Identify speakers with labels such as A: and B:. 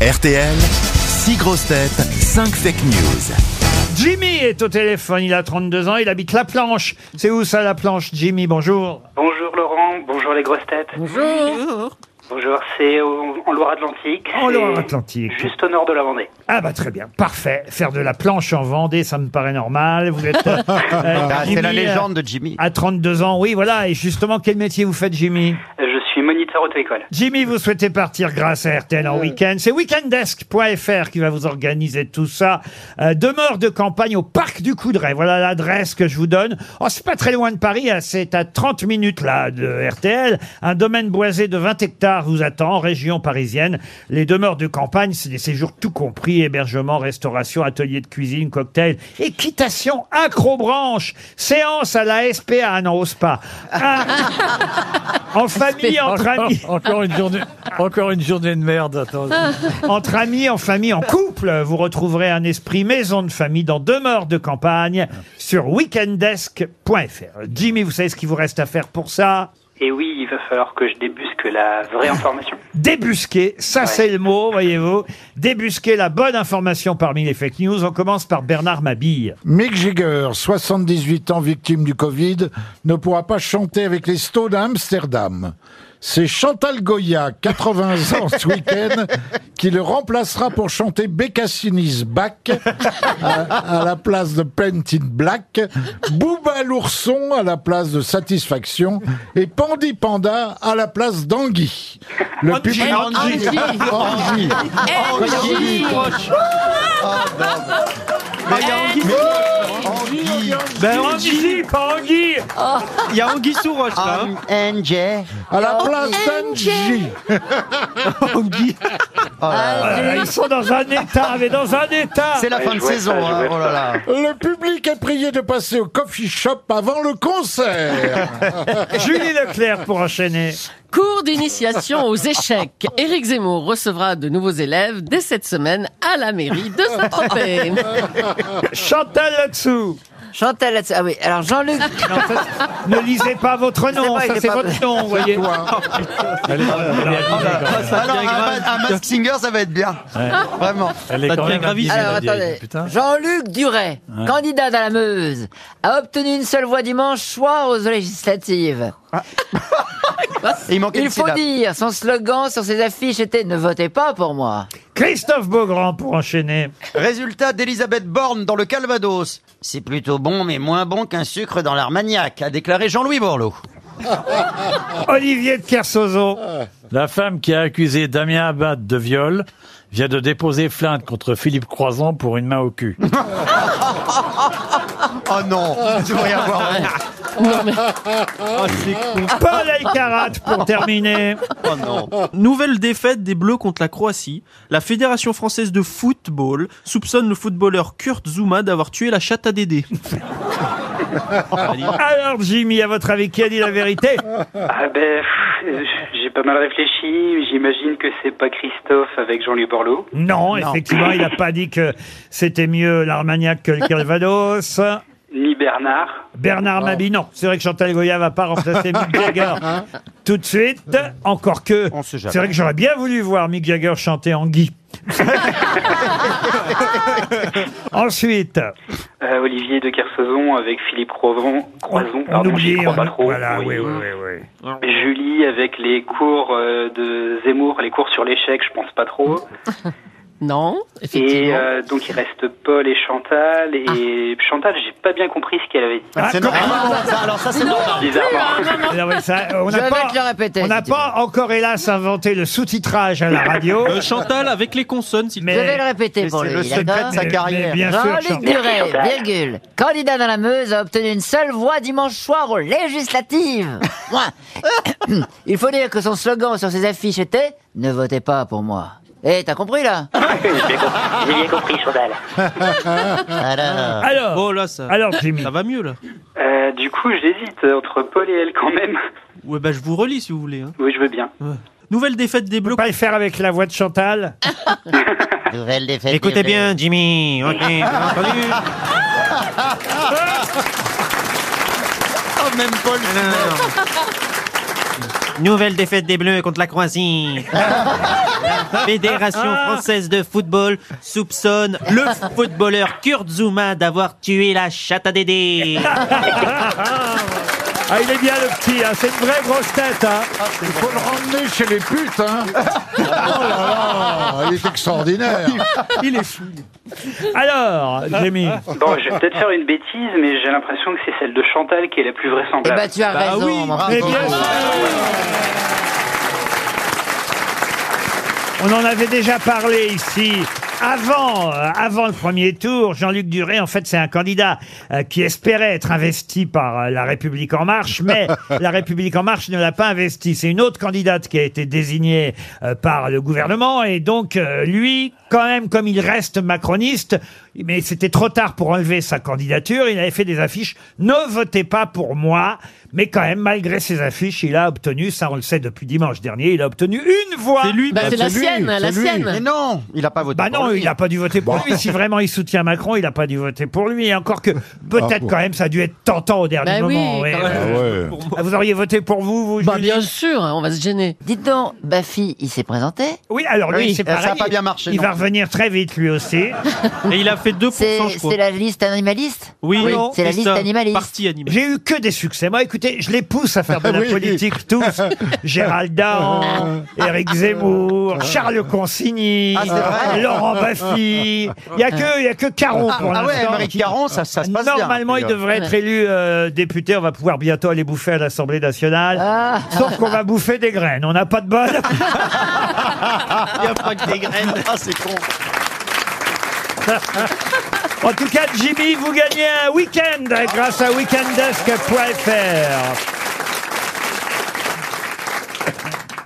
A: RTL, 6 grosses têtes, 5 fake news.
B: Jimmy est au téléphone, il a 32 ans, il habite La Planche. C'est où ça, La Planche, Jimmy Bonjour.
C: Bonjour Laurent, bonjour les grosses têtes. Bonjour. Bonjour, c'est au- en Loire-Atlantique.
B: En
C: c'est
B: Loire-Atlantique.
C: Juste au nord de la Vendée.
B: Ah bah très bien, parfait. Faire de la planche en Vendée, ça me paraît normal. Vous êtes... euh, euh,
D: Ah, c'est la
B: Jimmy, euh,
D: légende de Jimmy.
B: À 32 ans, oui, voilà. Et justement, quel métier vous faites, Jimmy
C: Euh, Je suis moniteur auto-école.
B: Jimmy, vous souhaitez partir grâce à RTL en week-end. C'est weekendesk.fr qui va vous organiser tout ça. Euh, demeure de campagne au parc du Coudray. Voilà l'adresse que je vous donne. Oh, c'est pas très loin de Paris. hein, C'est à 30 minutes là de RTL. Un domaine boisé de 20 hectares vous attend en région parisienne. Les demeures de campagne, c'est des séjours tout compris, hébergement, restauration, atelier de cuisine, cocktail, équitation, acrobranche, séance à la SPA, ah non, au spa. Ah, en famille, entre amis.
E: Encore une journée, encore une journée de merde. Attends.
F: Ah.
B: Entre amis, en famille, en couple, vous retrouverez un esprit maison de famille dans demeure de campagne sur weekendesk.fr. Jimmy, vous savez ce qu'il vous reste à faire pour ça
C: Et oui, il va falloir que je débusque la vraie information.
B: Débusquer, ça c'est le mot, voyez-vous. Débusquer la bonne information parmi les fake news. On commence par Bernard Mabille.
G: Mick Jagger, 78 ans, victime du Covid, ne pourra pas chanter avec les Stones à Amsterdam. C'est Chantal Goya, 80 ans ce week-end, qui le remplacera pour chanter Beccassinis Back à, à la place de Painted Black, Booba l'ourson à la place de Satisfaction et Pandy Panda à la place d'Anguille. Le
B: Angie,
G: public-
B: Angie.
G: Angie.
H: Angie
B: Ben, Angie, pas Angie
D: Il y a Anguille sous roche là. NJ.
G: À la place d'Angie.
B: Euh, Ils sont dans un état, mais dans un état
D: C'est la
C: Ouais,
D: fin de
C: je vois
D: saison.
C: ça, je
D: hein,
C: vois
D: Oh là là.
G: Le public est prié de passer au coffee shop avant le concert.
B: Julie Leclerc pour enchaîner.
H: Cours d'initiation aux échecs. Éric Zemmour recevra de nouveaux élèves dès cette semaine à la mairie de Saint-Tropez.
B: Chantal là-dessous
F: Chantal, là-dessus. ah oui, alors Jean-Luc,
B: Ne lisez pas votre nom,
F: pas, il
B: ça
F: est
B: c'est
F: pas-
B: votre nom, vous voyez.
D: Alors, un, un Mask Singer, ça va être bien. Vraiment.
E: Elle est quand même gravissime.
F: alors
E: la vieille,
F: attendez,
E: putain.
F: Jean-Luc Duret, candidat à la Meuse, a obtenu une seule voix dimanche soir aux législatives.
D: Et il manquait
F: Il
D: une
F: faut
D: syllabe.
F: dire, son slogan sur ses affiches était Ne votez pas pour moi.
B: Christophe Beaugrand pour enchaîner.
D: Résultat d'Elisabeth Borne dans le Calvados. C'est plutôt bon, mais moins bon qu'un sucre dans l'Armagnac, a déclaré Jean-Louis Borloo.
B: Olivier de Kersozo.
E: La femme qui a accusé Damien Abad de viol vient de déposer plainte contre Philippe Croizon pour une main au cul.
D: Oh non, je veux rien voir.
B: Paul Elkarat pour terminer.
D: Oh non.
I: Nouvelle défaite des Bleus contre la Croatie. La Fédération française de football soupçonne le footballeur Kurt Zouma d'avoir tué la chatte à Dédé.
B: Alors Jimmy, à votre avis, qui a dit la vérité
C: Ah ben, pff, euh, j'ai pas mal réfléchi. J'imagine que c'est pas Christophe avec Jean-Louis Borloo.
B: non, effectivement, il n'a pas dit que c'était mieux l'Armagnac que le Calvados.
C: Ni Bernard.
F: Ah.
B: Bernard Mabie, non. C'est vrai que Chantal Goya va pas remplacer Mick Jagger
F: Hein
B: tout de suite. Encore que,
D: On sait jamais.
B: c'est vrai que j'aurais bien voulu voir Mick Jagger chanter en Guy. Ensuite,
C: Euh, Olivier de Kersauzon avec Philippe Croison. Croison, pardon, j'y
B: oublie, hein.
C: crois pas trop.
B: voilà,
C: Oui.
B: oui, oui, oui, oui.
C: Julie avec les cours euh, de Zemmour, les cours sur l'échec, je pense pas trop.
H: Non,
C: Et
H: effectivement.
C: euh, donc il reste Paul et Chantal. Et Chantal, j'ai pas bien compris ce qu'elle avait dit.
B: Ah,
D: C'est
B: comment-
D: normal. Ça, alors ça, c'est normal.
C: Bizarrement.
B: Ah ouais, ça, on
F: Je
B: n'a
F: vais
B: pas,
F: te le répéter.
B: on n'a
F: effectivement.
B: pas encore, hélas, inventé le sous-titrage à la radio.
I: Euh, Chantal avec les consonnes, s'il
B: mais-
F: Je vais le répéter
D: Mais
F: pour
D: c'est le
F: lui,
D: secret
F: d'accord
D: de sa carrière.
B: bien sûr,
F: Jean-Luc
B: Chantal.
F: Duret,
C: Chantal.
F: virgule, candidat dans la Meuse, a obtenu une seule voix dimanche soir aux législatives. Moi. Il faut dire que son slogan sur ses affiches était « Ne votez pas pour moi ». Eh, t'as compris, là
C: J'ai bien compris, Chantal.
F: Alors,
B: Alors,
I: Oh là, ça,
B: alors Jimmy,
I: ça va mieux là.
C: Euh, du coup, j'hésite entre Paul et elle quand même.
I: Ouais, bah je vous relis si vous voulez. hein.
C: Oui, je veux bien.
I: Nouvelle défaite des Bleus.
B: pas le faire avec la voix de Chantal.
F: nouvelle défaite.
I: Écoutez bien, Jimmy. Ok, bien entendu.
D: Oh, même Paul.
I: Nouvelle défaite des Bleus contre la Croatie. La Fédération française de football soupçonne le footballeur Kurt Zouma d'avoir tué la chatte à Dédé.
B: Ah, il est bien le petit, hein. c'est une vraie grosse tête. hein.
G: Il faut le ramener chez les putes, hein Oh là là, il est extraordinaire
I: Il est fou.
B: Alors, Jamie,
C: Bon, je vais peut-être faire une bêtise, mais j'ai l'impression que c'est celle de Chantal qui est la plus
F: Eh
C: vraisemblable.
F: ben, tu as
H: Bah
F: raison, mon frère.
B: eh bien sûr. On en avait déjà parlé ici. Avant, euh, avant le premier tour, Jean-Luc Duré, en fait, c'est un candidat euh, qui espérait être investi par euh, La République En Marche, mais La République En Marche ne l'a pas investi. C'est une autre candidate qui a été désignée euh, par le gouvernement, et donc euh, lui, quand même, comme il reste macroniste, mais c'était trop tard pour enlever sa candidature, il avait fait des affiches « Ne votez pas pour moi », mais quand même, malgré ces affiches, il a obtenu, ça on le sait depuis dimanche dernier, il a obtenu une voix
I: C'est lui.
H: Bah, c'est la
G: c'est lui,
H: sienne, la
G: c'est lui.
D: Mais
H: sienne.
D: non, il n'a pas voté.
B: bah
D: pour
B: non,
D: lui.
B: il n'a pas dû voter pour lui. Si vraiment il soutient Macron, il n'a pas dû voter pour lui. Et encore
D: Ah,
B: que, peut-être quand même, ça a dû être tentant au dernier
H: Bah oui,
B: moment.
H: quand
B: ouais.
G: Ah ouais.
B: Ah, Vous auriez voté pour vous, vous
H: Bah,
B: Julie
H: bien sûr, hein, on va se gêner.
F: Dites donc, Bafi, il s'est présenté
B: Oui, alors lui,
D: Oui,
B: c'est
D: ça
B: pareil.
D: a pas bien marché,
B: Il
D: non
B: va revenir très vite, lui aussi.
I: Et il a fait 2%,
F: C'est
I: je crois.
F: c'est la liste animaliste
I: Oui,
B: Oui,
F: c'est la
I: Christophe,
F: liste animaliste.
I: Parti animaliste.
B: J'ai eu que des succès. Moi, écoutez, je les pousse à faire de la
G: Oui.
B: politique tous. Gérald Dahan, Éric Zemmour, Charles Consigny,
D: Ah, c'est vrai
B: Laurent Baffy. Il n'y a que, il y a que Caron
D: Ah,
B: pour
D: ah ouais,
B: l'instant.
D: Marie Caron, ça, ça se passe bien. hein,
B: Normalement, il devrait être élu euh, député. On va pouvoir bientôt aller bouffer à l'Assemblée nationale. Sauf qu'on va bouffer des graines. On n'a pas de bol.
D: Il n'y a pas que des graines. Ah, c'est con.
B: en tout cas, Jimmy, vous gagnez un week-end grâce à weekendesk.fr.